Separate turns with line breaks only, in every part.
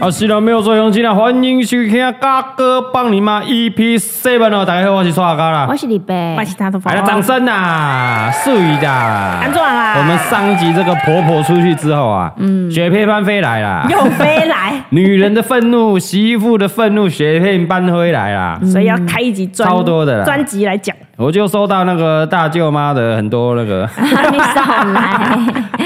啊，是的，没有做雄心的，欢迎收听《嘎哥帮你妈》EP Seven 哦，大家好，我是蔡阿嘎啦
啊我，是李贝
巴，西大头
嗯
佛
来了，掌声呐，素语的，安
安怎啦
我们上一集这个婆婆出去之后啊，嗯，雪片般飞来啦，，
又飞来
女人的愤怒，媳妇的愤怒，雪片般飞来啦。
嗯
所以要开一集专
超多的啦
专辑来讲。
我就收到那个大舅妈的很多那个
你少 来，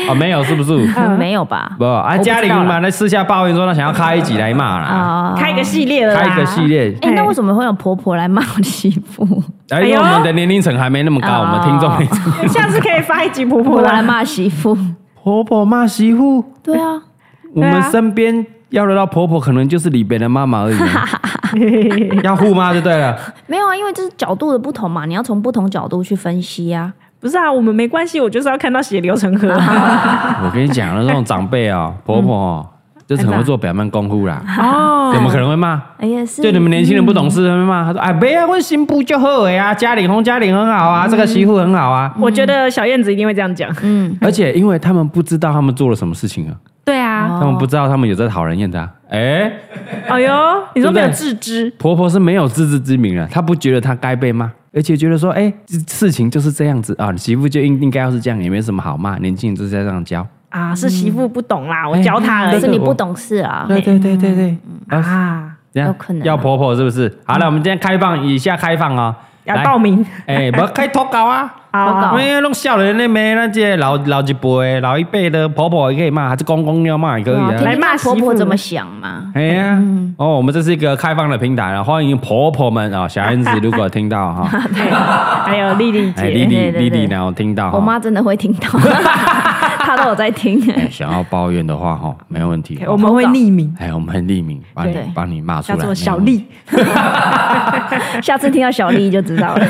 啊，没有是 不是？
嗯没有吧？
不啊，
我不知道
嘉玲
啦
嘛在私下抱怨说她想要开一集来骂啦，
啊
开一个系列了啦，
开一个系列。
哎、那为什么会有婆婆来骂我媳 妇？
哎，因为我们的年龄层还没那么高，
哎呦
我们听众没这么。
下次可以发一集婆
婆
婆
婆来
啦。
骂媳妇？
婆婆骂媳妇，
对啊，
我们身边要得到婆婆，可能就是里边的妈妈而 已，啊要护妈就对了。
没有啊，因为这是角度的不同嘛，你要从不同角度去分析啊。
不是啊，我们没关系，我就是要看到血流成河。
我跟你讲了，这种长辈哦，
嗯
婆婆哦，
啊
就是很会做表面功夫啦，
哦，
怎么可能会骂？
哎呀，是
就你们年轻人不懂事，他们骂他说：“哎，没啊，我新妇就好的呀、啊，家里红家里很好
嗯
啊，这个媳妇很好啊。
我觉得小燕子一定会这样讲。
而且因为他们不知道他们做了什么事情啊，
对啊，
哦
他们不知道他们有在讨人厌他。哎，
哎呦，你说没有
对不对
自知，
婆婆是没有自知之明的，她不觉得她该被骂，而且觉得说，哎，这事情就是这样子啊，媳妇就应应该要是这样，也没什么好骂，年轻人就是在这样教。
啊，是媳妇不懂
嗯
啦，我教她而
哎
是
已
你不懂事啊。
对对对对对，
啊，
这样
有可能啊
要婆婆是不是？好了，我们今天开放以下开放啊、哦，
要报名
哎，不开投稿啊。
好
投稿
啊
因为弄少年的妹，咱这个老老一辈、老一辈的婆婆也可以骂，还是公公要骂也可以
哇听嗯
啊。
来
听
骂
看
媳妇
婆婆怎么想嘛？
哎呀，哦，我们这是一个开放的平台啊，欢迎婆婆们啊，小 燕子如果听到哈，
还有丽丽
哎，丽丽
姐，
对对
丽
对
丽呢，我听到
我
哈，
妈真的会听到， 她都有在听、
哎想要抱怨的话哈，没有问题。
我们会匿名，
哎，我们很匿名，嗯帮你
对
帮你骂出
叫
来。
做小
没有问题
丽。
下次听到小丽就知道了。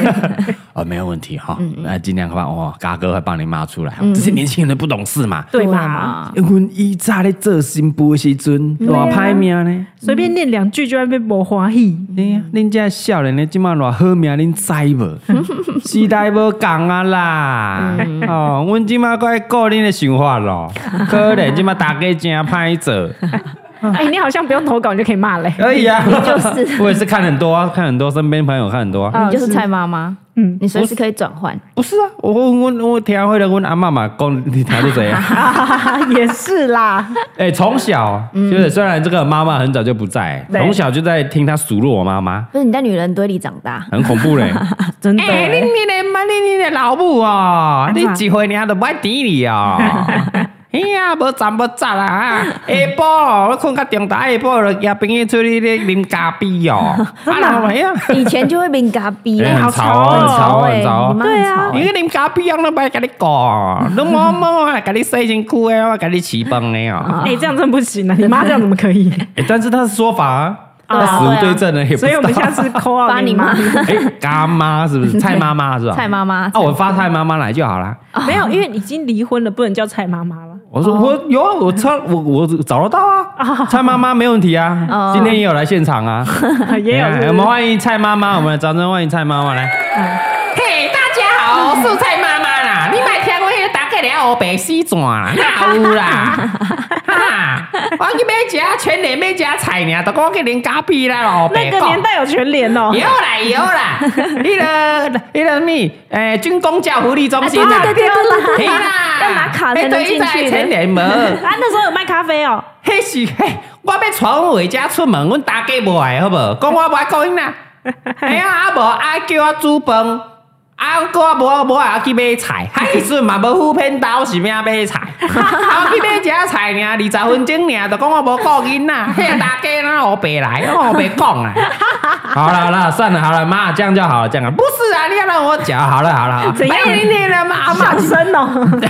哦，没有问题哈，
嗯
那尽量帮哦，嘎哥会帮你骂出来。这些年轻人不懂事嘛，
对嘛？
嘛？
阮以前咧做新妇的时阵，
啊
偌歹命呢。
随便念两句就要被抹花戏，
哎呀，恁这少年的即满偌好命，恁知 无？时代无共啊啦！
嗯
哦，阮即马爱顾恁的想法 咯，可能即马大家真歹做。嗯
哎，你好像不用投稿你就可以骂嘞。
可以 啊，
就是
我也是看很多啊，看很多身边朋友看很多啊。
哦你就是蔡妈妈，嗯，你随时可以转换。
不是啊，我我我我听会了，阮阿嬷嘛讲你听是谁啊？
也是啦，
哎，从小就是虽然这个妈妈很早就不在，
对
从小就在听她数落我妈妈，
不是你在女人堆里长大，
很恐怖嘞。
真 的
哎、你你
欸。
的妈，你你的老母哦，你一岁你都不爱甜你 哦。哎呀，无站无站啦！啊下晡哦，我困到中昼，下晡就约朋友出去咧啉咖 啡哦。啊，然后哎呀，
以前就会变嘎逼，
哎很
吵哦很
吵哦
哎
很吵哦
你妈很吵
你
哎
去啉咖啡，我都不爱甲你讲，你摸摸啊，甲你洗身躯诶，我甲你起饭诶哦。
哎，这样真不行啊！你妈这样怎么 可以？
哎，但是他是说法啊，
对啊
他死无对证呢，也不
所以
知
我们
道。
下次 call
把
啊
你
你
妈
妈。
哎，干妈是不 是？蔡妈妈是吧？
蔡妈妈
啊，我发蔡妈妈来就好啦。
没有，因为已经离婚了，不能叫蔡妈 妈了。
我说、我有啊，我车我我找得到啊，蔡妈妈没问题啊，
哦
今天也有来现场啊，
也有
哎
是不嗯是
我们欢迎蔡妈妈，我们掌声欢迎蔡妈妈来。嘿，大家好，我是蔡妈妈啦，你买听我迄大概了黑白死转啦，哪有 啦？哈，我去买一下全年买一下菜尔，都讲去啉咖啡啦，黑
那个年代有全联哦
有，啦有 啦，迄个迄个咪，诶，军工教福利中心啊啦，
啊对对对
嘿
对
啦，
要拿卡才能进去
迄对
的
前联门，
啊，那时候有卖咖啡哦，
迄是嘿，我要传我回家出门，阮大家无爱好无？讲我无爱讲因 啦，哎呀，啊无啊叫我煮饭，啊个我无无爱去买菜，啊迄时阵嘛无副片刀是咩买 菜，啊我去买一下菜尔，二十分钟尔，就讲我无顾囡仔，嘿大家哪我白 来，我白讲啦。好了好了，算了好了，妈这样就好了，这样啊不是啊，你要 让我讲，好了好了，好了
怎样
哎你你了妈妈
小声哦，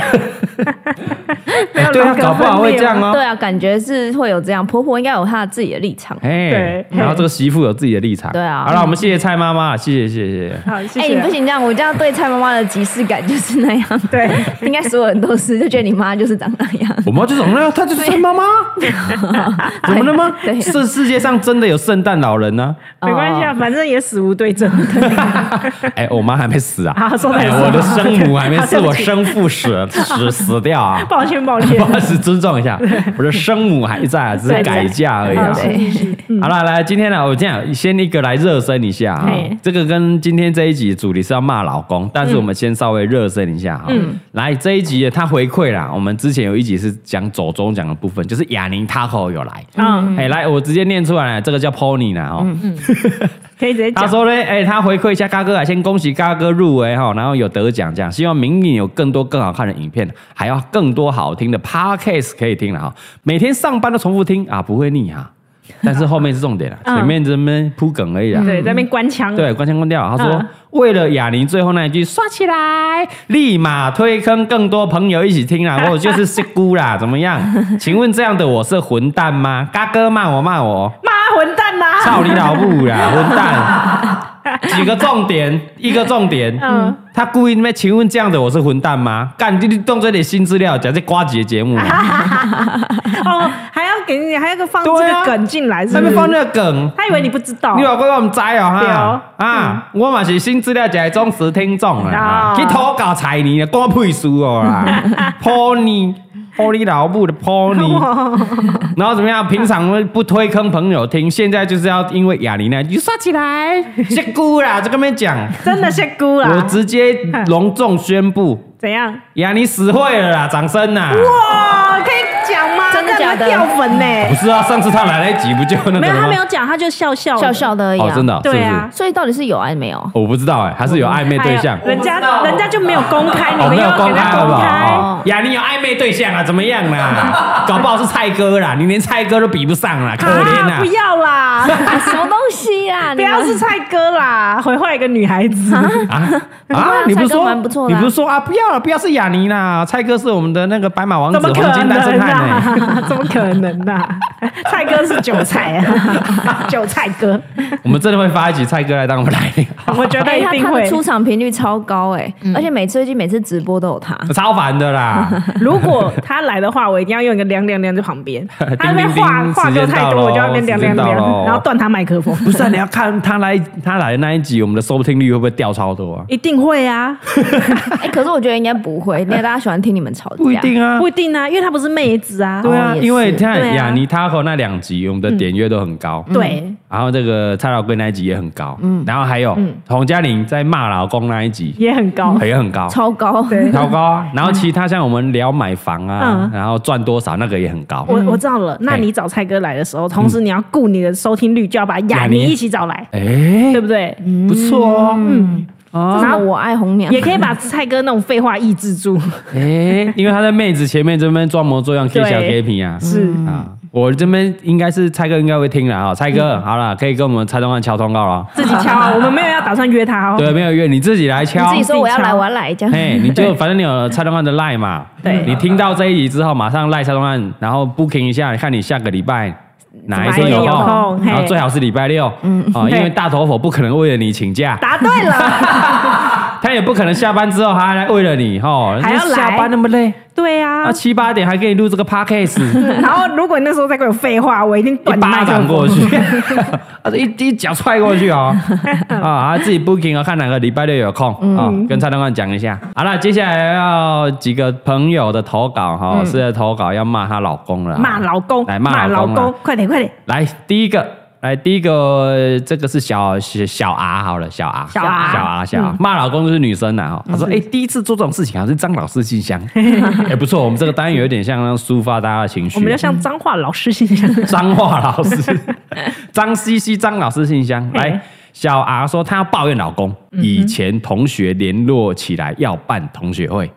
没有
对啊
人格
搞不好
分
会
裂
这样
吗
哦
对啊，感觉是会有这样，婆婆应该有她自己的立场。
哎
对，
然后这个媳妇有自己的立场。
对啊
好了，我们谢谢蔡妈妈，谢谢谢谢。
好，谢
哎、
谢。
你不行这样，我这样对蔡妈妈的即视感就是那样。
对，
应该所有人都是，就觉得你妈就是长那样。
我妈就长那样，她就是蔡妈妈，啊怎么了吗？
对
这世界上真的有圣诞老人呢、
没关系啊，反正也死无对证。
哎、我妈还没死啊！
啊说得
哎
也是
我的生母 还没死，
对
我
不起
生父死死死掉啊！
抱歉，抱
不
歉。
好意思，尊重一下，我的生母还在啊，只是
对
改嫁而已啊
好。
对
是是是
好了，来，今天呢，我这样先一个来热身一下啊
嘿。
这个跟今天这一集的主题是要骂老公，但是我们先稍微热身一下啊。
嗯
来这一集他回馈啦，我们之前有一集是讲走中奖的部分，就是雅宁 Taco 有来。
嗯，
哎，来，我直接念出来，这个叫 Pony 啦哦。
可以直接
他
讲。
说呢，哎、他回馈一下嘎哥啊，先恭喜嘎哥入围哈，然后有得奖这样，希望明年有更多更好看的影片，还有更多好听的 podcast 可以听了哈。每天上班都重复听啊，不会腻啊。但是后面是重点了，
嗯
前面这边铺梗而已啊。
对，在那边关枪。
对，关枪关掉。他说，
嗯
为了雅玲最后那一句刷起来，立马推坑更多朋友一起听 啦。我就是失姑啦，怎么样？请问这样的我是混蛋吗？嘎哥骂我骂我。
妈混蛋啊啦！
操你老母呀，混蛋！ 几个重点，一个重点。
嗯
他故意那边，请问这样的我是混蛋吗？干，你你动这点新资料，讲这瓜姐节目啊，
哦，还要给你，还要个放这
对啊
个梗进来，是
上
不
面
是？
放那个梗。
他以为你不知道
你。老公我们知哦
对
哈
哦
啊！我嘛是新资料夹的忠实听众啦，
哦
去投稿彩泥的关我屁事哦 啦，泼你泼你老母的泼你，
哦
然后怎么样？平常不推坑朋友听，现在就是要因为雅尼呢，你刷起 来，谢姑啦，就跟你们讲，
真的是姑
我
啦，
直接隆重宣布，
怎样？
雅尼死会了啦，掌声啊呐！
哇，可以讲吗？
真的
这样会
假的
掉粉呢、
不是啊，上次他来那集不就那个
没有，
了
他没
吗？
有讲，他就笑笑的
笑。笑的而已、啊
哦，真的哦，是不
对
是？
啊
所以到底是有还是没有？
我不知道哎，还是有暧昧对象
哎。人家人家就没有公开，你
哦，
们
没
又
有
要
公
给
开
他
好不好？
公开，
哦呀，你有暧昧对象啊？怎么样 啦？搞不好是蔡哥啦，你连蔡哥都比不上啦，可怜
啊
啦
不！要 啦，
啊、什么东西啊？
不要是蔡哥啦，毁坏一个女孩子。
啊啊
会 啊！
你不是
蔡哥
说
蛮不错的
你
啊
不是说啊？不要了，不要是雅尼啦，蔡哥是我们的那个白马王子，
怎么可
黄金
能
单身汉 哎。
啊？怎么可能啊？蔡哥是韭菜啊， 韭菜哥，
我们真的会发一集蔡哥来当我们来宾，
我觉得
哎、
一
他
定
他的
会。
出场频率超高哎、而且每次最近每次直播都有 他。
超烦的啦！
如果他来的话，我一定要用一个凉凉凉在旁边，他那边话
叮叮叮
话
时
就
间
太
到
多，
咯
我就要那边凉凉
时间到哦咯
凉，然后断他麦克风。
不是、啊，你要看他来他来的那一集，我们的收听率会不会掉超多啊？
一定 会啊，
哎、可是我觉得应该不会，因为大家喜欢听你们吵架。
不一定啊，
不一定啊，因为他不是妹子啊。
对啊，
哦也是
因为他
对啊嗯
雅尼他和那两集，我们的点阅都很高。
对，
然后这个蔡老贵那一集也很高，嗯，然后还有洪嘉玲在骂老公那一集
也很高。
也很高，
超高。
对，
超高啊。然后其他像我们聊买房啊
嗯，
然后赚多少那个也很高。
我我知道了。
哎
那你找蔡哥来的时候，同时你要顾你的收听率，就要把
嗯雅
雅
尼
尼一起找来，
哎
对，不对？
不错哦，嗯，
这
哦，
是什么我爱红娘，
也可以把蔡哥那种废话抑 制住。
哎，因为他在妹子前面这边装模作样，K
对
小 K 皮啊，
是，
啊，我这边应该是蔡哥应该会听了啊，蔡哥，好了，可以跟我们蔡东汉敲通告了。
自己敲 啊，我们没有要打算约他哦。
对，没有约你自己来敲
你自。己说我要来，我要来这样。
哎，你就反正你有蔡东汉的 line 嘛，
对
你听到这一集之后，马上赖蔡东汉，然后 booking 一下，看你下个礼拜哪一天有
哪一天有
空，
空
然后
嘿
最好是礼拜六，嗯，啊，因为
对
大头佛不可能为了你请假，
答对了。
他也不可能下班之后还来为了你哈，
还要来
下班那么累，
对啊
啊，，七八点还给你录这个 podcast，
然后如果你那时候再给我废话，我一定
一
断你
巴
麦克
掌
风。
过去， 啊，一一脚踹过去 哦，啊，他自己 booking 啊，看哪个礼拜六有空啊，跟蔡东汉讲一下。好了，接下来要几个朋友的投稿哈，是在投稿要骂她老公了，
骂老公，
啊来嗯骂老公啊啦，
快点快点，
来第一个，来第一个，这个是小小小 R 好了，小嗯 R
小 R
小 R 小 R，骂老公就是女生呐哈，他说哎，第一次做这种事情好像是张老师信 箱，哎不错，我们这个单元有点像抒发大家的情绪，
我们就像脏话老师一样。
彰化老 师，张西西张老师信箱来
嘿。嗯
小 R 说她要抱怨老公，以前同学联络起来要办同学
嗯
会，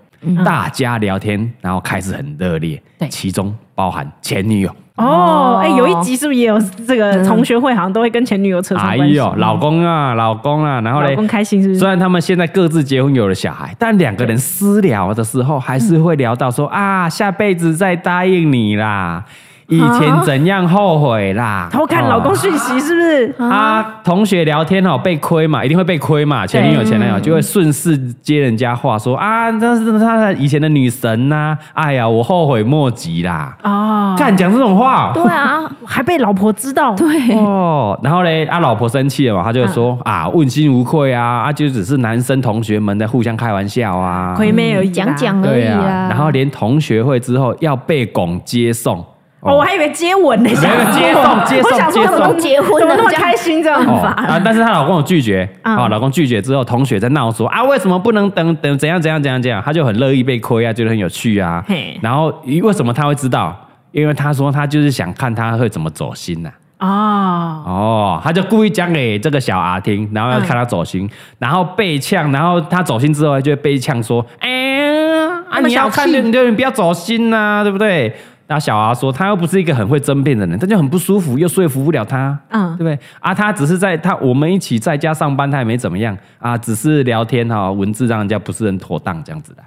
大家聊天，然后开始很热烈，其中包含前女友。
哦，哎、有一集是不是也有这个同学会，好像都会跟前女友扯上
哎
关系？
呦，老公啊，老公啊，然后
老
嘞
公，开心是不是
虽？然他们现在各自结婚有了小孩，但两个人私聊的时候，还是会聊到说、啊，下辈子再答应你啦，以前怎样后悔啦，
偷啊看
哦
老公讯息是不是？
啊，同学聊天哦，被亏嘛，一定会被亏嘛。前女友、前男友就会顺势接人家话说啊，那是他的以前的女神呐、哎呀，我后悔莫及啦。
哦，
干讲这种话
对
哦、
啊，
还被老婆知道，
对，
哦，然后嘞，啊，老婆生气了嘛，他就会说、啊，问心无愧啊，啊，就只是男生同学们在互相开玩笑啊，
亏妹而已啦，
讲讲而
对
已
啊
啦。，
然后连同学会之后要被拱接送。
哦，我还以为接吻呢，吓死我
接送接送
我想说
接送
怎么
都结婚了
怎么那么
这样
开心这样？
哦啊！但是她老公有拒绝啊、老公拒绝之后，同学在闹说啊，为什么不能等等怎样怎样怎样怎样？她就很乐意被亏啊，觉得很有趣啊
嘿。
然后咦为什么她会知道？因为她说她就是想看她会怎么走心呐、啊
哦，
哦，她就故意讲给这个小阿听，然后要看她走
嗯
心，然后被呛，然后她走心之后就会被呛说，哎、啊
那么
你要
小
看
气
就你就你不要走心呐、对不对？然后小阿说，她又不是一个很会争辩的人，她就很不舒服，又说服不了她。对
嗯，
不对？啊，他只是在他我们一起在家上班，他也没怎么样啊，只是聊天哈、文字让人家不是很妥当这样子的。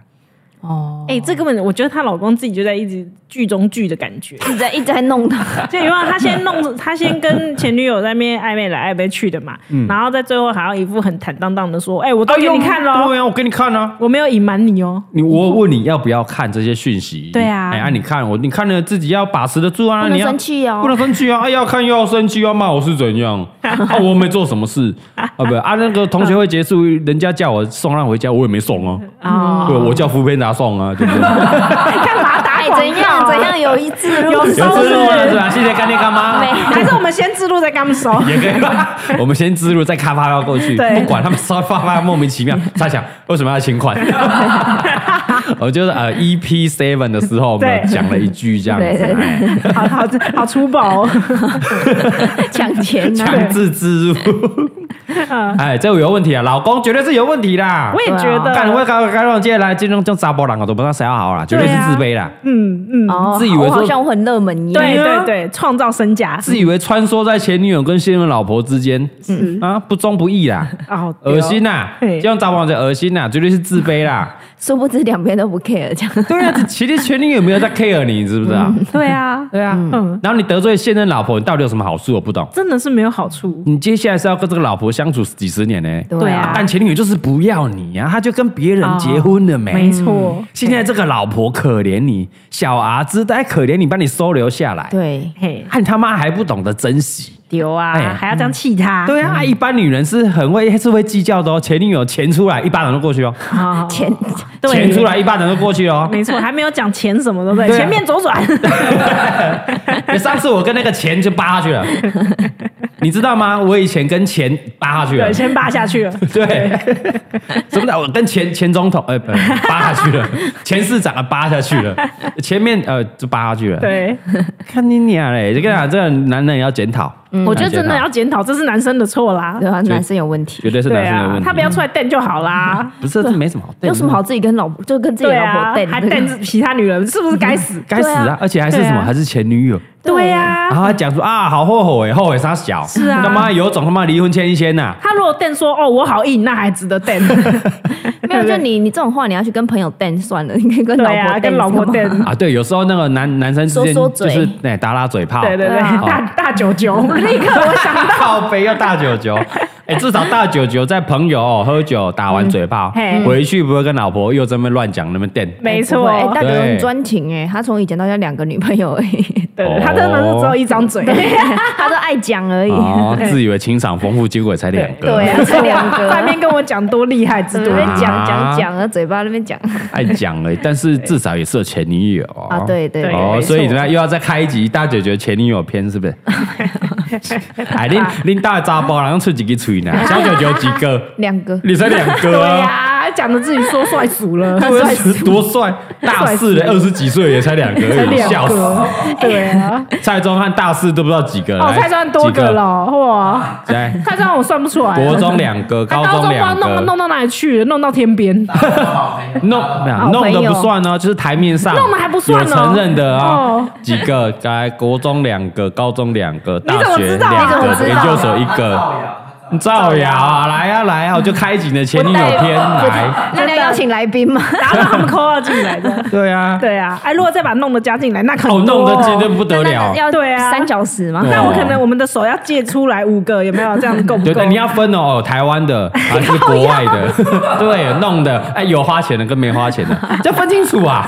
哦，
哎，这根本我觉得她老公自己就在一直剧中剧的感觉。
一直在一直在弄他，
就因为他先弄，他先跟前女友在那边暧昧来暧昧去的嘛，然后在最后还要一副很坦荡荡的说：“嗯哎、我都给你看喽、
对啊，我给你看啊。
我没有隐瞒你 哦、
你我问你要不要看这些讯息？
对啊
哎啊，你看我，你看了自己要把持得住啊，
不能
你要
生气哦
不能生气啊，啊要看又要生气，要骂我是怎 样？啊，我没做什么事啊，不啊，那个同学会结束，人家叫我送他回家，我也没送啊，
哦
啊、
对我叫福佩达送啊，对不 对？
干嘛打
哎，
广告、啊
怎样怎？样有一次
有
有
收
吃
拾
路了是吧？谢谢干爹干妈。
没
还是我们先自录再跟他们 收？
也可以 吧。我们先自入，再咔啪啪过去，
对
不管他们烧啪啪莫名其妙，他想为什么要请 款？我就是呃 EP Seven 的时候，我们
对
讲了一句这样
对
子
对，对
哎
好好好粗暴、哦，
抢钱啊呢？
强制自入。
嗯
哎，这个有问题啊，老公绝对是有问题啦
我。也
啊
觉得，
啊干，我搞搞接下来这种这种查波人我都不知道谁要好啦，绝对是
对啊
自卑啦。
嗯嗯，
哦，
自以为
我好
说
像我很热门一样。
对
对啊
对对，创造身价
自以为穿梭在前女友跟现任老婆之间，啊，不忠不义 啦，
哦，对哦
恶心呐！
嗯嘿嗯
这种查波人恶心呐，绝对是自卑啦。
殊不知两边都不 care 这样。
对啊，其实前女友没有在 care 你，你知不知道？
对啊，
对啊，
嗯
然后你得罪现任老婆，你到底有什么好处？我不懂。
真的是没有好处，
你接下来是要跟这个老婆相处几十年呢、
对啊
但前女友就是不要你啊，她就跟别人结婚了没？
嗯没错，
现在这个老婆可怜你，小儿子还可怜你，把你收留下来，
对，
嘿，
啊，你他妈还不懂得珍惜。
丢
哎
啊，还要这样气他，
对啊，一般女人是很会是会计较的哦。前女友钱出来一巴掌就过去哦，
啊，
钱
对
钱出来一巴掌就过去 哦。
没错，还没有讲钱什么都对，
对啊
前面左转，
上次我跟那个钱就扒下去 了，你知道吗？我以前跟钱扒下去了
对，，先扒下去了。
对， 什么的，我跟前前总统呃不扒下去 了，前市长啊扒下去了，前面呃就扒下去了。，
对，
嗯
看你俩嘞，就跟你讲，这个男人也要检讨，
嗯我觉得真的
要
要检讨，这是男生的错啦
对。啊，
就
男生有问
绝
题，
对是男
对
生的
啊
问，题。
他不要出来瞪就好啦。
不是这没什么好，
有什么？好自己跟老婆就 跟自己
对
老婆，
啊
瞪，
还
对不对
瞪其他女人，是不是该死？
该死
对
啊
啊！
而且还是什
对
么？
啊
还是前女友，
对呀
然，后还讲说啊，好后悔，后悔啥小？
是啊
他妈有种他妈离婚签一签呐！
他如果瞪说哦我好硬，那还值得瞪。
没有，就你你这种话，你要去跟朋友瞪算了，你可以跟老
对
婆
啊，
瞪
跟老婆
干嘛
瞪。
啊，对，有时候那个男男生之间
说说
就
嘴
是哎打打嘴炮，哦
对对对，
对啊
大大 九九，立刻我想到，
靠背要大九 九。哎、至少大九九在朋友、哦喝酒打完嘴炮，
嗯嘿
回去不会跟老婆又在那边乱讲那边电。
没错，
哎，大
对
家都很专情哎，他从以前到现在两个女朋友而已，
对对，他真的是只有一张嘴，
他都爱讲而已。
哦，自以为情场丰富，结果才两个。
对啊，才两个，
外面跟我讲多厉害之
在
多
那，边讲
啊
讲讲，啊，嘴巴那边讲
爱哎讲了，但是至少也是有前女友
啊，对对
对
哦，
没错
所以怎么样又要再开一集大九九前女友篇是不是？ 哎，恁恁大查甫人出几个嘴呢？小九九几个？
两个，
你才两个
对
啊！
呀，讲的自己说帅死了，
他
啊
帅
们
死
多帅，大四的
帅死
二十几岁也才两个
才
而已，
啊
两
笑
个
死！，
对啊，
蔡宗汉大四都不知道几个，
哦，
来
蔡庄多
几
个，了，哇，
来
蔡庄我算不出来，
国中两个，
他
高
哎高
中
中不知道
两
弄
个，
弄到哪里去了，弄到天 边，
弄
好
弄
朋
的
友
不算哦，就是台面上
弄的还不算哦
有承认的哦
哦，
几个来国中两个，高中两个，
你怎
大
么
学
知道啊
两
你怎
个，
么知
研
道
究所一个。造谣啊，来啊来啊，我就开警的前女友篇 来，
那要邀请来宾吗？
然后让他们扣到进来 的。
对啊，
对啊，哎，如果再把弄的加进来，那可
哦，
能
弄得今天不得
那
了
那，要
对啊
三小时吗？
对
那我可能我们的手要借出来五个，有没有这样够 不
对
够
对，？你要分哦，台湾 的还是国外的，
啊
对，弄的，哎，有花钱的跟没花钱的， 这分清楚啊，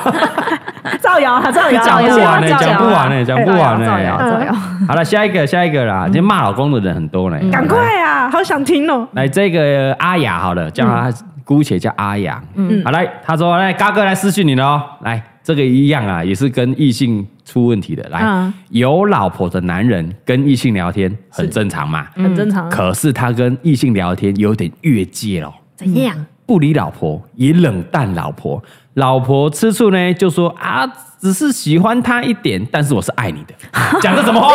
造谣啊，造谣啊，
讲不完呢，
造谣啊
讲不完呢，欸讲不完
哎
造谣
呢。
造谣，
好了，下一个，下一个啦，今天骂老公的人很多呢，
嗯赶快啊，好想听哦。
来这个阿雅好了，叫她
嗯
姑且叫阿雅，嗯，好来，她说来，嘎哥来私讯你喽，来。这个一样啊，也是跟异性出问题的。来，
嗯
有老婆的男人跟异性聊天很正常嘛，
很正常啊
可是他跟异性聊天有点越界了。
怎样？
不理老婆，也冷淡老婆。老婆吃醋呢，就说啊，只是喜欢他一点，但是我是爱你 的。讲的什么话？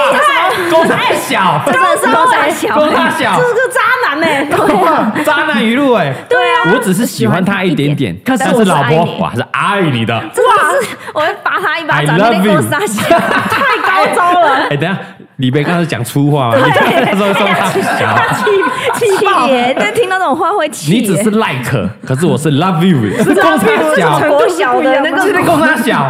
公太小，
这哎真的是公三小，
公太小
这，是个渣男呢，对啊，
渣男语录哎。
对啊
我只是喜欢他一点点，
但
但
是
是
我是
老
爱
婆
你，
我还是爱你的。
真的是我会拔他一巴
I
掌，
love
你给我撒小，
太高招了，
哎，等一下，李贝刚才讲粗话 吗？你看 他说说他小，
气气
气
爆，
耶！但听到这种话会气耶。
你只是 like，可是我是 love you，是 公太
这
小
程。度
国
是不
小
一样
的
吗
那
是
个
那公他小。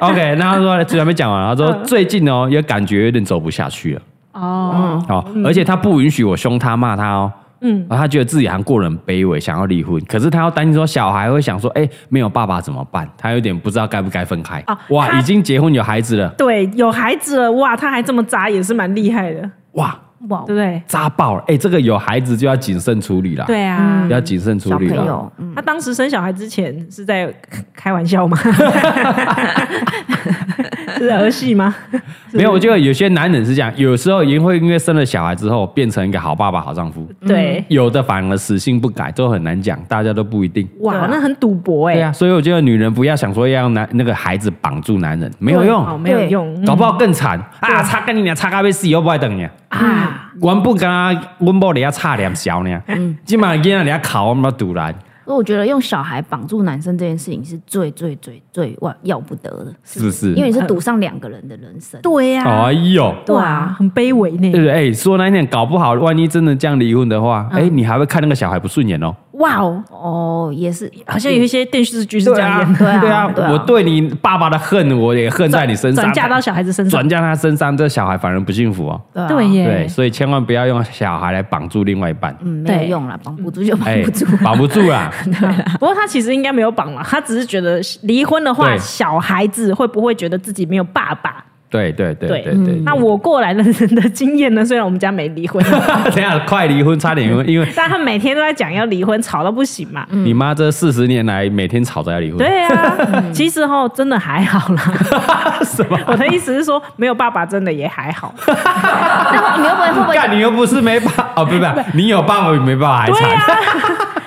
OK，那他说呢，最还没讲完，他说最近哦，也感觉有点走不下去了。
哦，
哦，而且他不允许我凶他骂他哦。嗯，他觉得自己好像过得很卑微，想要离婚。可是他又担心说小孩会想说，哎、没有爸爸怎么办？他有点不知道该不该分开。
哦
哇，
他
已经结婚有孩子了，
对，有孩子了哇，他还这么渣，也是蛮厉害的，
哇，
哇
对，不对？
渣爆了！哎、这个有孩子就要谨慎处理啦，
对啊，
要谨慎处
小
理
朋
了。
友，嗯
他当时生小孩之前是在开玩笑 吗？是在儿戏吗？
没有，我觉得有些男人是这样，有时候也会因为生了小孩之后变成一个好爸爸、好丈夫，
对，
有的反而死性不改，都很难讲，大家都不一定。
哇，那很赌博
对
哎，
啊，所以我觉得女人不要想说要用男那个孩子绑住男人，没有
哦
用，
没有
对
用，嗯
搞不好更惨啊！擦干你俩，擦咖啡死又不爱等你。
啊。
阮不跟他，阮某在遐差两小呢，今晚囡仔在遐哭，我们要堵来，
所以我觉得用小孩绑住男生这件事情是最最最最万要不得的，
是不是？
因为你是赌上两个人的人生。
对啊嗯呀、
哎呦，
对
哇，
啊，
很卑微
对
呢。
不对？哎，说难听，搞不好万一真的这样离婚的话，哎，你还会看那个小孩不顺眼哦。
哇哦，
哦，也是，
好像有一些电视剧是这样演
啊
的，
对啊
对啊
对，啊
我对你爸爸的恨，我也恨在你身上，
转嫁到小孩子身上
转。嫁他身上，这小孩反而不幸福哦。
啊
对耶
对，所以千万不要用小孩来绑住另外一半，
嗯，没有
对
用了，绑不住就绑
哎
不住。，
绑不住啊啦。
不过他其实应该没有绑了，他只是觉得离婚的话，
对
小孩子会不会觉得自己没有爸爸？
对对对
对嗯
对对，
那我过来的人的经验呢？虽然我们家没离婚，
等一下快离婚，差点离婚，因为
但他们每天都在讲要离婚，吵到不行嘛。
你妈这四十年来每天吵着要离婚，
嗯对啊，其实哦，真的还好啦。
什么？
我的意思是说，没有爸爸真的也还好。
那 你会不会会不会？
干你又不是没爸 哦，不是不是，你有爸爸比没爸爸还
对
惨
啊，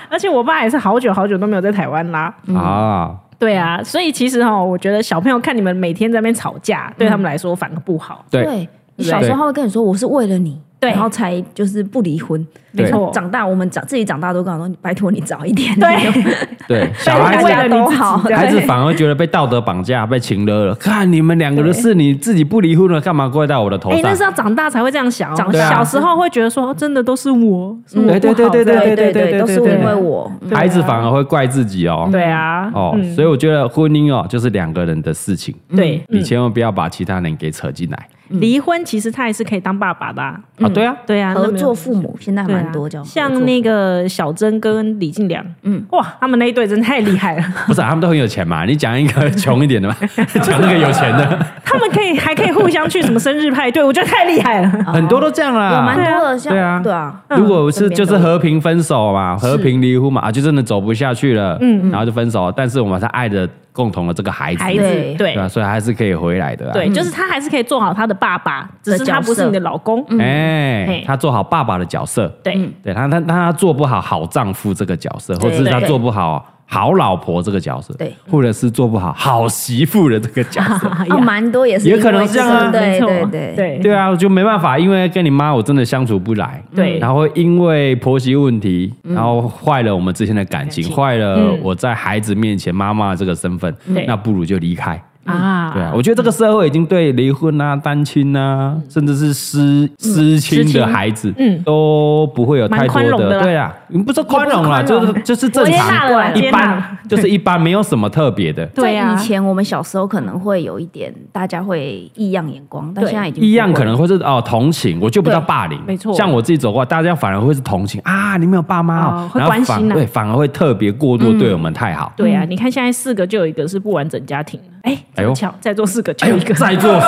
而且我爸也是好久好久都没有在台湾啦。
啊！
对啊，所以其实哈、我觉得小朋友看你们每天在那边吵架，对他们来说反而不好。
对，
你小时
对
候他会跟你说我是为了你，
对
然后才就是不离婚。
对
没错
长大我们长自己长大都跟我说，你拜托你早一点。
对，
对，小孩
大
为
子
家
了你
都
自己
好
这样
孩子反而觉得被道德绑架，被情勒了。看你们两个的事，你自己不离婚了，干嘛怪到我的头
哎，那
上
是？要长大才会这样想、哦。
长
大
小时候会觉得说，哦真的都是我，是我不
对
好
对对对
这样
对
对
对对
对，都是因
对
为我。嗯
孩子反而会怪自己哦。
对啊，
哦，
嗯
所以我觉得婚姻哦，就是两个人的事情，
对，
你千万不要把其他人给扯进来
离婚其实他也是可以当爸爸的啊、
啊。对啊，
对啊，
合
那没有
作父母现在
对啊
蛮多叫合作
像那个小珍跟李静良，嗯，哇，他们那一对真的太厉害了，
不是啊、他们都很有钱 嘛？你讲一个穷一点的嘛，讲那个有钱的，
他们可以还可以互相去什么生日派对，我觉得太厉害了。
哦
很多都这样
有蛮
啦。
多的，像
对啊
对啊，
嗯
如果是
身边
就
都
是
有
和平分手嘛，和平离婚嘛，啊，就真的走不下去了，嗯，然后就分手。但是我们还爱的共同的这个孩子，
嗯孩子
对嗯
对
吧？所以还是可以回来的、啊。
对，就是他还是可以做好他的爸爸，只是他不是你的老公。
嗯
哎、
嗯嘿
他做好爸爸的角色，
对
对他他他做不好好丈夫这个角色，或者是他
对
做不好好老婆这个角色，
对，
或者是做不好好媳妇的这个角 色，
哎呀
哦，蛮多也是
也
因
可能
为
是这样啊
个
没
对
错
对对
对
对啊，我就没办法，因为跟你妈我真的相处不来，
对嗯
然后会因为婆媳问题，然后坏了我们之间的感情，
感情
坏了
嗯
我在孩子面前妈妈这个身份，
对
那不如就离开。
啊，
嗯
嗯
对啊，我觉得这个社会已经对离婚啊、单亲啊，甚至是失失亲的孩子，
嗯
都不会有太
蛮
多
宽容的啦
对啊，你不是宽容啦，
也不是
就
宽容
是就是正
接纳
常，
了啦，
一
接纳了。
般就是一般，没有什么特别的。
对
在
啊
以前我们小时候可能会有一点，大家会异样眼光，但
对
现在已经不
异样可
会
能
了
会是哦同情，我就不叫
对
霸凌，
没错
像我自己走过来，大家反而会是同情啊，你没有爸妈哦
哦，会
然后
关心
反
啊
对，反而会特别过度对我们太好。
对
嗯
啊，你看现在四个就有一个是不完整家庭的，哎，
哎
哎
呦
呦，巧，在座四个就
哎
有
呦
一个，
在座，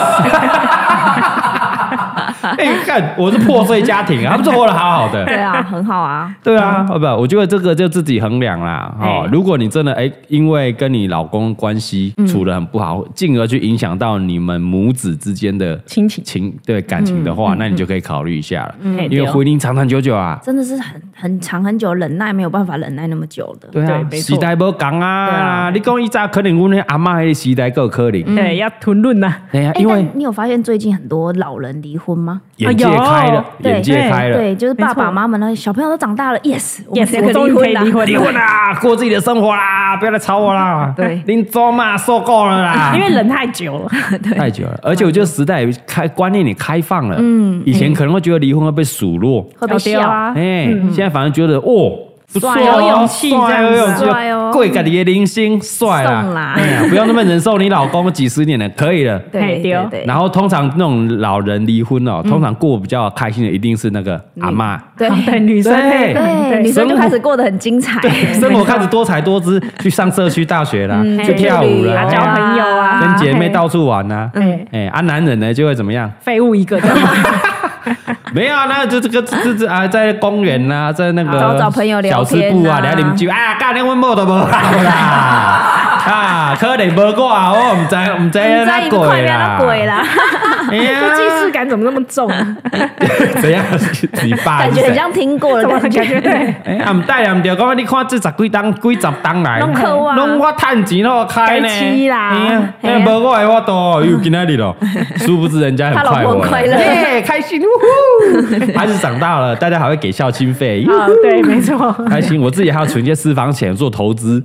哎，看我是破碎家庭啊，他们是活得好好的，
对啊，很好啊，
对啊，好不好？我觉得这个就自己衡量啦。哦
嗯哎，
如果你真的哎、因为跟你老公关系
嗯
处得很不好，进而去影响到你们母子之间的
亲情嗯
情对感情的话，那你就可以考虑一下了。
哎
因
对
为
哦
婚姻长长久久啊，
真的是很很长很久忍耐，没有办法忍耐那么久的。
对啊，
对没
时
错
代不讲
对
啊，
啊
你讲以前可能阮那阿妈那个时代够可
嗯
能，
对，要吞论呐，
对啊，
哎
因为
但你有发现最近很多老人离婚吗？
眼界开了
呦
哎，
眼界开了，
对，就是爸
没
爸
错
妈妈呢，小朋友都长大了，yes，我们
Yes，
谁可以
我终于可以
啦
离婚
离婚啦，啊过自己的生活啦，不要来吵我啦，
对
您做嘛受够了啦，
因为忍太 久了，
太久了，而且我觉得时代也开观念也开放了，嗯，以前可能会觉得离婚会被数落，
会被
丢
笑啊。
哎、现在反而觉得哦。不错、哦，
帅有勇气
帅
这
有
样
勇
子
气，
帅哦
贵感的零星帅
送
啦
啦，
哎呀，不要那么忍受你老公几十年了，可以了。
对
嘿对
对
哦
对，嗯
然后通常那种老人离婚哦，通常过比较开心的一定是那个阿嬷。
对
啊对，女生
对
对，女生就开始过得很精彩，
对，生活开始多才多姿，去上社区大学啦，
嗯
哎
去跳舞
啦，
啦，
交朋友啊
跟姐妹到处玩呐、
嗯
哎、啊，男人呢就会怎么样？
废物一个，这样
没有，啊那就这个这这啊，在公园呐，在那个
啊找找朋友
小
聊
吃
天啊
部啊，聊你们酒啊，干你阮某 都无好啦，啊，可能无我啊，我唔知唔知
你在
那
一个快
鬼
不要
啦
到，鬼啦，
哎呀，
既视感怎么那么重啊？
怎样？你爸
感觉很像听过的
怎么
感
感
觉。
觉对？
哎，啊唔带啊唔对，讲你看这十几档、几十档来，
拢好啊
拢我趁钱咯开呢，
该吃啦
哎呀
嘿啊
哎，无我的我多，又今仔日 咯，殊不知人家很
他老
快
婆
活啊
很快乐
耶，开心，呜 呼，孩子长大了，大家还会给孝亲费，哟
啊，对，没错，
开心，我自己还要存一些私房钱做投 资。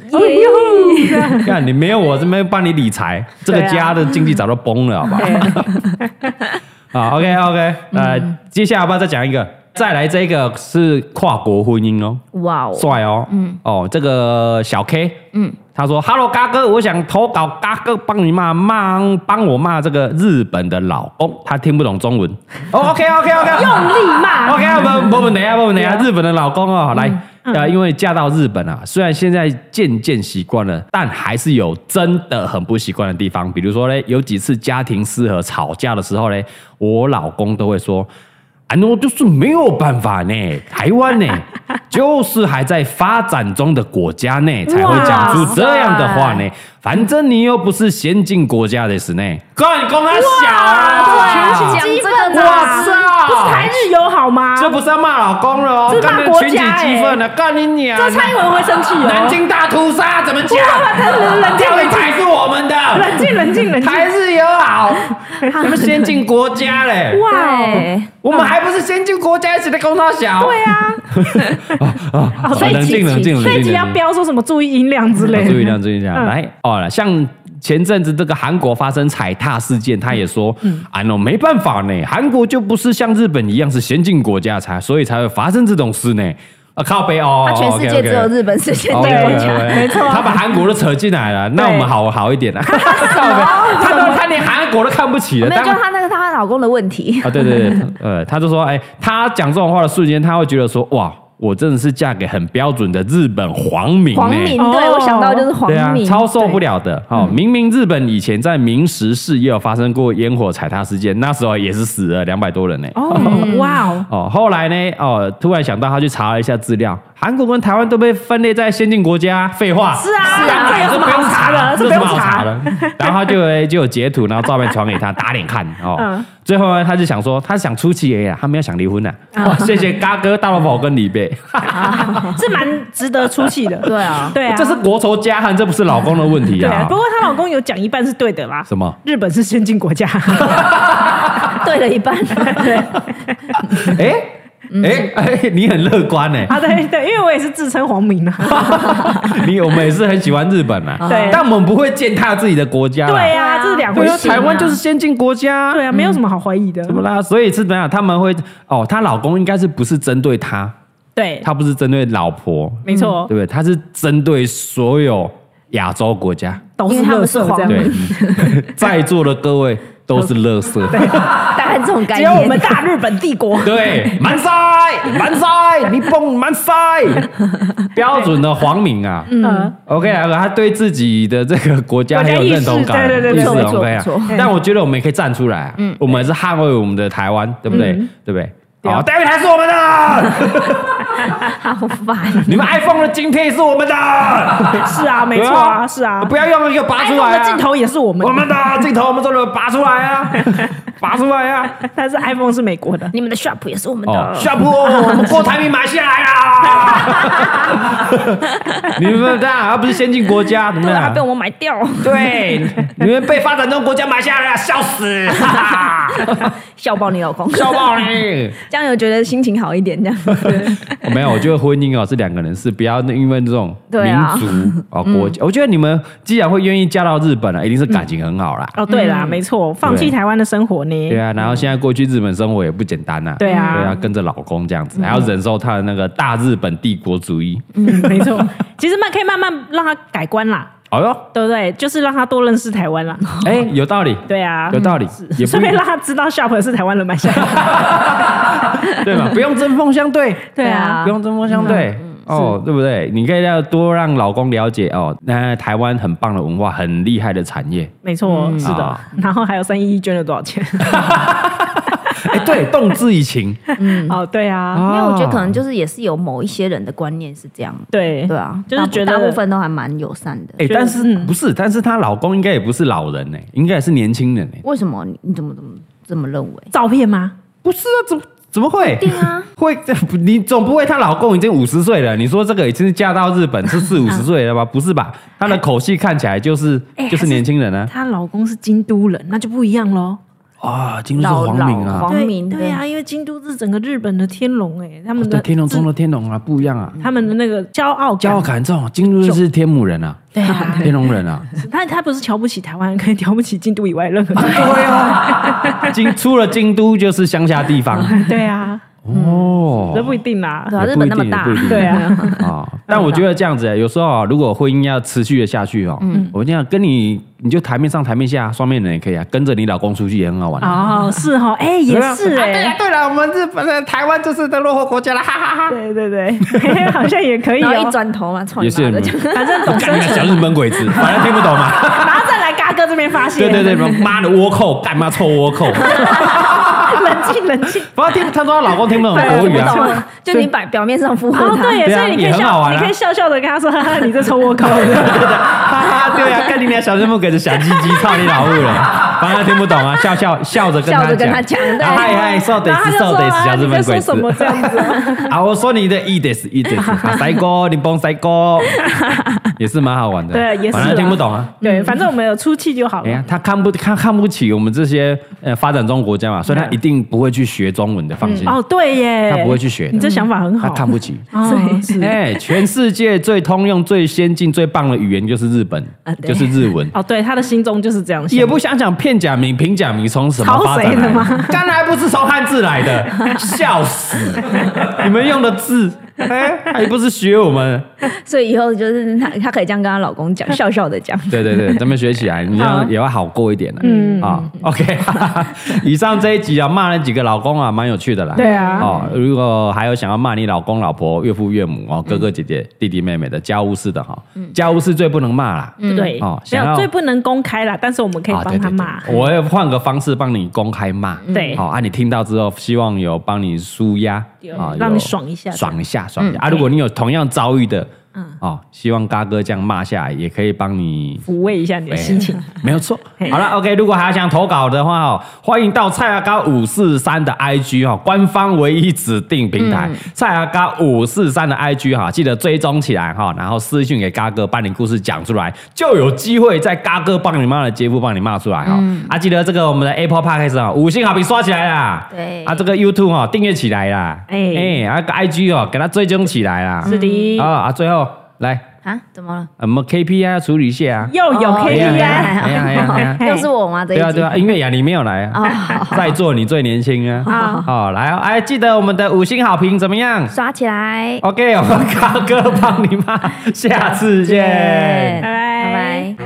看你没有我这边帮你理财，这个
对啊
家的经济早就崩了，好不好？
啊
好，OK OK，呃，
嗯
接下来要不要再讲一个？再来这个是跨国婚姻哦，
哇哦，
帅哦，嗯，哦，这个小 K，嗯，他说：“Hello，嘎哥，我想投稿嘎哥帮你骂骂帮我骂这个日本的老公，他听不懂中文。 哦，OK OK OK，用
立马
OK，不不问题啊，不问题啊。日本的老公哦，来，呃，因为嫁到日本啊，虽然现在渐渐习惯了，但还是有真的很不习惯的地方。比如说嘞，有几次家庭失和吵架的时候嘞，我老公都会说。啊，那我就是没有办法呢，台湾呢，就是还在发展中的国家呢，才会讲出这样的话呢。反正你又不是先进国家的事呢，哥，你公他小啊，
哇讲这个
哇
哇
塞，
不是台日友好吗？
这不是要骂老公了哦，
啊这是骂
干
国
群体
家欸
激愤了，干你娘！啊
这蔡英文会生气哦。
南京大屠杀怎么讲？
啊 冷静
钓鱼台是我们的，
冷静，冷静，冷静！
台日友 好，什么先进国家嘞？
哇，哦
对，
我们还不是先进国家，一起在攻他小？对啊， 啊，
所以
冷静冷静冷静，
哦所以
冷
集
静
要标说什么注意音量之 类的。
注意量，注意量，
嗯
来哦，像。前阵子这个韩国发生踩踏事件，他也说，
嗯
啊、no，没办法呢，韩国就不是像日本一样是先进国家才，所以才会发生这种事呢。啊，靠北哦，
他全世
OK，OK
界只有日本是先进
哦
国
对对
家，
对，没错，他把韩国都扯进来了，那我们好好一点 了。他都他连韩国都看不起了，
没有，
当
就她那个她老公的问题。
啊，对对对， 呃，他就说，哎，他讲这种话的瞬间，他会觉得说，哇，我真的是嫁给很标准的日本皇民呢，
黄敏，
哦
对我想到就是黄
对啊，
敏，
超受不了的。哦，
嗯
明明日本以前在明石市也有发生过烟火踩踏事件，那时候也是死了两百多人呢。
哦，哇哦，
哦，后来呢？哦，突然想到，他去查了一下资料，韩国跟台湾都被分类在先进国家，废话。
是啊，是啊，这有什么好查的？
这
这
有什么
不用
好查
查
的。然后他就就有截图，然后照片传给他，打脸看哦。
嗯
最后呢，他就想说，他想出气而已啊，他没有想离婚呐、
嗯
啊。哇，谢谢嘎哥、大萝卜跟李贝，
是蛮值得出气的。
对啊，
对啊，
这是国仇家恨，这不是老公的问题
对啊。
啊
不。过她老公有讲一半是对的啦。
什么？
日本是先进国 家，
对了一 半，
哎
嗯
哎哎， 你很乐观 呢、
啊，对对，因为我也是自称皇民啊。
你我们也是很喜欢日本啊，
对
但我们不会践踏自己的国家啦。
对
啊，
啊，这是两回
对啊，
事。
台湾就是先进国家。
对啊，没有什么好怀疑的。
怎么啦？所以是怎样？他们会哦，她老公应该是不是针对她，
对，
她不是针对老婆，
没错
对，不对？她是针对所有亚洲国家，
都
因
是
为他
乐
们是
色这
皇
样。
对，
嗯
在座的各位都是垃圾，
大概这种概
只
念。
有我们 大日本帝国。
对，蛮塞蛮塞，你蹦蛮 塞，标准的皇民啊。
嗯，
OK 啊，他对自己的这个国家很有认同感，
国家意识对对对
意识
没错
很 OK 啊
没错没
错。嗯
但我觉得我们也可以站出来啊，我们还是捍卫我们的台湾，对不对？对不对？
啊
好，台湾还是我们的，
好烦，
你们 iPhone 的晶片也是我们的，
是啊，没错啊，是啊。
不要用一个拔出
iPhone
来
的镜
啊，
头也是我们
我，们的镜头我们都能拔出来啊，拔出来啊，
但是 iPhone 是美国的。
你们的 shop 也是我们
哦
的，啊
下播，我们郭台铭买下来啦！ 你们这样，而不是先进国家，怎么
对啊，
样
被？我们买 掉，
对，你们被发展中国家买下来了，笑死，哈哈
笑爆你老公，
笑爆你！
这样有觉得心情好一点这样。
没有，我觉得婚姻哦是两个人事，不要因为这种
对
民
啊
族哦国家。我觉得你们既然会愿意嫁到日本啊了，一定是感情很好啦。
哦，对啦，没错，放弃
对
台湾的生活呢？
对啊，然后现在过去日本生活也不简单呐。
嗯对啊
对啊，跟着老公这样子，还要忍受他的那个大日本帝国主义。
嗯，没错。其实慢可以慢慢让他改观啦，
哎呦，
对不对？就是让他多认识台 湾啦。
哎，有道理。
对啊
有，道理，也不
顺便让他知道 Shop 是台湾人买 下来。
对嘛，不用针锋相对，
对啊
不，用针锋相对。
嗯
哦，对不对？你可以要多让老公了解哦，那台湾很棒的文化，很厉害的产业。
没错，是的
啊。
然后还有三一一捐了多少钱？
哎，对，动之以情。
哦，对啊，
因为我觉得
哦
可能就是也是有某一些人的观念是这样，
对
对啊，
就是
大部
觉得
大部分都还蛮友善的。
哎，
觉得
但是不是？但是她老公应该也不是老人呢，应该也是年轻人呢。
为什么你你怎么怎么这么认为？
照片吗？
不是啊，怎么怎么会？
定啊，
会，你总不会她老公已经五十岁了，你说这个已经是嫁到日本是四五十岁了吧？不是吧？她的口气看起来就是
哎
就是
还是
年轻人啊。
她老公是京都人，那就不一样喽。
啊，今日是
老
皇
老
明啊，
皇
对
民
对啊，因为京都是整个日本的天龙哎，他们
哦对
的
天龙中的天龙啊，不一样啊。
他们的那个骄傲
骄
感
傲，感这种，金日是天母人啊，
对 啊，
天龙人啊，
他他不是瞧不起台湾，可以瞧不起京都以外任何地方。
对啊，京出了京都就是乡下地 方
对 啊，
哦，
这不一定啦
对。啊，
也
日
不一
本那么
定也
大
不一，定
对啊，
啊。但我觉得这样子，有时候啊，如果婚姻要持续的下去哦，我这样跟你，你就台面上台面下双面人也可以啊，跟着你老公出去也很好玩啊。
哦，是哈， 哎，也是
啊对了
哎，
对了，我们日本、呃台湾就是的落后国家了，哈哈哈
对啊对对， 好像也可以
然后一
哦。
转头嘛，操
也
你
是
妈的！
你
就
反正懂
干
生
你个
存，
小日本鬼 子，反正听不懂嘛。
然后再来嘎哥这边发现，
对对 对，妈的倭寇，干嘛臭倭寇？
冷静冷静。
不要听，她说她老公听不懂
对
国
听
语
不懂
啊。
啊，就你摆表面上附和
哦，
他，
对耶，
对啊
所以你可以
也很好
笑，
玩啊
你可以笑笑的跟他说：“ 哈哈，你这抽 我口的。
哈 哈，对呀、啊，看你俩小日本鬼子小鸡鸡，操你老母了，反正他听不懂 啊，笑笑笑着跟他
笑着
讲，
跟他讲对
啊嗨嗨，受”得
然后他
死
就
受
说：“
得死，
啊，
小日
你在
本鬼
说什么
子
这样子
啊，我说你的一得死一得死，啊，塞 哥，你崩塞哥，也是蛮好玩的，
对也是啊
反正他听不懂啊。？”
对，反正我们有出气就好
哎呀
了。，
他看不看看不起我们这些呃发展中国家嘛，所以他一定不会去学中文的，放心，
哦，对耶，
他不会去学的
你这想法很
他
好。
看不 起。
哦，是
哎，全世界最通用、最先进、最棒的语言就是日本
啊，对
就是日文。
哦，对，他的心中就是这样想。
也不想想片假名、平假名从什么
抄
发展
谁的
来
吗？
当然不是从汉字来 的，笑死！你们用的字，哎，还不是学我们？
所以以后就是她，她可以这样跟她老公讲，笑笑的讲。
对对对，咱们学起来，你这样也会好过一点的。嗯啊，OK，以上这一集啊，骂了几个老公啊，蛮有趣的啦。
对啊
哦，如果还有想要骂你老公、老婆、岳父、岳母哦，哥哥姐姐、弟弟妹妹的，家务事的哈，
嗯
家务事最不能骂啦。
对，
哦
没
想要
有最不能公开啦，但是我们可以
啊
帮他骂。
对对对我要换个方式帮你公开骂。哦
对
好、啊，你听到之后，希望有帮你舒压
有
啊，
让
有
你爽一下
爽一下下，爽一下、
嗯
啊！如果你有同样遭遇的，
嗯
哦，希望嘎哥这样骂下来，也可以帮你
抚慰一下你的心情。
没有错。好了，OK，如果还想投稿的话哦，欢迎到蔡阿嘎五四三的 IG 哦，官方唯一指定平台、
嗯
蔡阿嘎五四三的 IG 哈、记得追踪起来哈、然后私讯给嘎哥，把你故事讲出来，就有机会在嘎哥帮你骂的节目帮你骂出来哈、
嗯
啊，记得这个我们的 Apple Podcast 啊、五星好评刷起来啦。
对
啊，这个 YouTube 哈、订阅起来啦。哎、
哎
啊个 IG 哦，给它追踪起来啦。
是的，
啊啊，最后来，
啊，怎么了？
我们 KPI 要处理一下啊。
又有
哦
哎呀哎呀
KPI，、
哎呀哎呀哎呀
又是我吗？这一
对啊
集
对啊，因为雅你没有来
哦
啊，
好好
在座你最年轻啊。
好
好，来哦，哎，记得我们的五星好评怎么样
刷起来，
？OK，我们高哥帮你骂，下次见
拜。拜。